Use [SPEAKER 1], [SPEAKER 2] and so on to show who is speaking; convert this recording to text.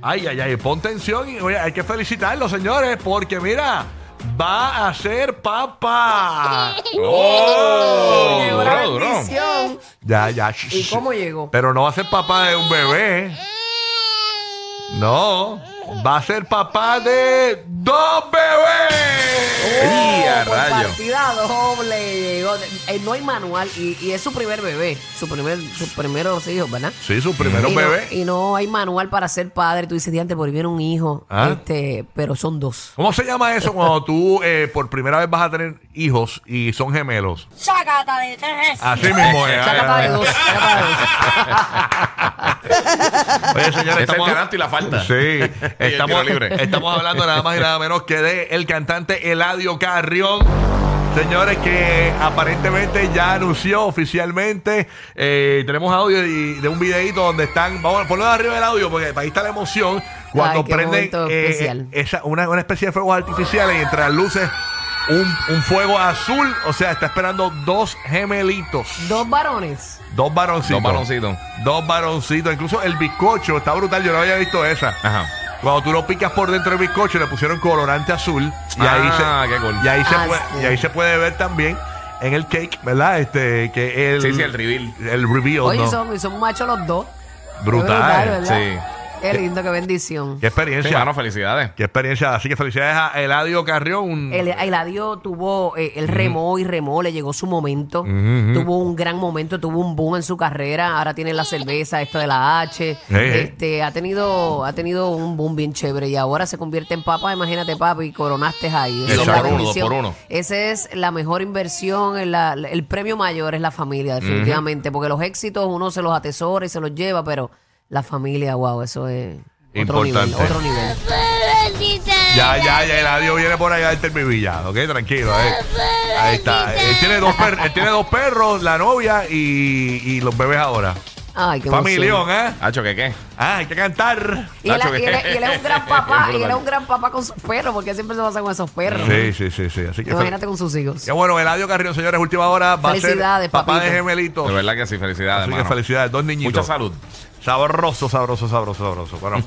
[SPEAKER 1] Ay, ay, ay, pon tensión y oye, hay que felicitarlo, señores, porque mira, va a ser papá. ¡Oh!
[SPEAKER 2] Llegó la bendición.
[SPEAKER 1] Ya, ya.
[SPEAKER 2] ¿Y cómo llegó?
[SPEAKER 1] Pero no va a ser papá de un bebé. No, va a ser papá de dos bebés.
[SPEAKER 3] ¡Ey, a
[SPEAKER 2] Oh, Por
[SPEAKER 3] rayo!
[SPEAKER 2] partida doble llegó. Eh, no hay manual y, y es su primer bebé, su primer, sus primeros hijos, ¿verdad?
[SPEAKER 1] Sí, su primero
[SPEAKER 2] y,
[SPEAKER 1] bebé.
[SPEAKER 2] No, y no hay manual para ser padre. Tú dices, diante, por viene un hijo,
[SPEAKER 1] Ah.
[SPEAKER 2] este, pero son dos.
[SPEAKER 1] ¿Cómo se llama eso cuando tú eh, por primera vez vas a tener hijos y son gemelos?
[SPEAKER 4] Sácata de tres.
[SPEAKER 1] Así mismo es.
[SPEAKER 2] Sácata de dos, sácata de dos.
[SPEAKER 1] Oye, señores,
[SPEAKER 3] Es el
[SPEAKER 1] estamos-
[SPEAKER 3] canasto y la falta.
[SPEAKER 1] Sí,
[SPEAKER 3] Y el
[SPEAKER 1] estamos,
[SPEAKER 3] tiro libre.
[SPEAKER 1] estamos hablando nada más y nada menos que de el cantante Eladio Carrión. Señores, que aparentemente ya anunció oficialmente. eh, tenemos audio y- de un videito donde están. Vamos, ponlo arriba del audio porque ahí está la emoción. Cuando
[SPEAKER 2] Ay, qué
[SPEAKER 1] prenden
[SPEAKER 2] momento
[SPEAKER 1] eh,
[SPEAKER 2] especial.
[SPEAKER 1] esa- una, una especie de fuegos artificiales y entre las luces un, un fuego azul. O sea, está esperando dos gemelitos.
[SPEAKER 2] Dos varones.
[SPEAKER 1] Dos varoncitos.
[SPEAKER 3] Dos varoncitos.
[SPEAKER 1] Dos varoncitos. Incluso el bizcocho está brutal. Yo no había visto esa.
[SPEAKER 3] Ajá.
[SPEAKER 1] Cuando tú lo picas por dentro del bizcocho, le pusieron colorante azul. Y
[SPEAKER 3] Ah,
[SPEAKER 1] ahí se,
[SPEAKER 3] qué cool.
[SPEAKER 1] Y ahí, se
[SPEAKER 2] Ah,
[SPEAKER 1] puede,
[SPEAKER 2] sí.
[SPEAKER 1] y ahí se puede ver también en el cake, ¿verdad? Este, que el,
[SPEAKER 3] Sí, sí, el reveal.
[SPEAKER 1] el reveal,
[SPEAKER 2] Oye,
[SPEAKER 1] ¿no?
[SPEAKER 2] son, y son machos los dos.
[SPEAKER 1] Brutal.
[SPEAKER 2] Brutal, ¿verdad?
[SPEAKER 3] Sí.
[SPEAKER 2] Qué lindo, qué bendición.
[SPEAKER 1] Qué
[SPEAKER 3] Sí,
[SPEAKER 1] experiencia.
[SPEAKER 3] mano, felicidades.
[SPEAKER 1] Qué experiencia. Así que felicidades a Eladio Carrión. un-
[SPEAKER 2] El, el adiós tuvo, eh, él remó y remó, le llegó su momento. Tuvo un gran momento, tuvo un boom en su carrera. Ahora tiene la cerveza, esto de la H.
[SPEAKER 1] eh.
[SPEAKER 2] Este, ha tenido, ha tenido un boom bien chévere y ahora se convierte en papá. Imagínate, papi, coronaste ahí. Esa
[SPEAKER 3] Y
[SPEAKER 2] es
[SPEAKER 3] dos
[SPEAKER 2] la
[SPEAKER 3] por uno, dos
[SPEAKER 2] bendición.
[SPEAKER 3] por uno.
[SPEAKER 2] Esa es la mejor inversión, el, la- el premio mayor es la familia, definitivamente. Porque los éxitos uno se los atesora y se los lleva, pero la familia, wow, eso es otro nivel,
[SPEAKER 1] Importante.
[SPEAKER 2] otro nivel.
[SPEAKER 1] Ya, ya, ya, el adiós viene por allá del Termivilla, ¿ok? Tranquilo, eh. Ahí está. Él tiene dos, per- él tiene dos perros, la novia y, y los bebés ahora.
[SPEAKER 2] Ay, qué emoción.
[SPEAKER 1] Familión, ¿eh?
[SPEAKER 3] Hacho, ¿qué qué?
[SPEAKER 1] Ah, hay que cantar. eh,
[SPEAKER 2] Y él,
[SPEAKER 3] Nacho,
[SPEAKER 2] y él-
[SPEAKER 3] que-
[SPEAKER 2] y él es un gran papá,
[SPEAKER 3] Es
[SPEAKER 2] y él es
[SPEAKER 3] brutal.
[SPEAKER 2] un gran papá con sus perros, porque siempre se pasa con esos perros.
[SPEAKER 1] Sí, sí, sí, sí. Así que.
[SPEAKER 2] Imagínate con sus hijos.
[SPEAKER 1] eh. Qué bueno, Eladio Carrión, señores, última hora va a ser
[SPEAKER 2] Felicidades,
[SPEAKER 1] papá de
[SPEAKER 2] papito.
[SPEAKER 1] gemelitos.
[SPEAKER 3] De verdad que sí, felicidades,
[SPEAKER 1] Así que
[SPEAKER 3] mano.
[SPEAKER 1] felicidades, dos niñitos.
[SPEAKER 3] Mucha salud.
[SPEAKER 1] Sabroso, sabroso, sabroso, sabroso. Bueno,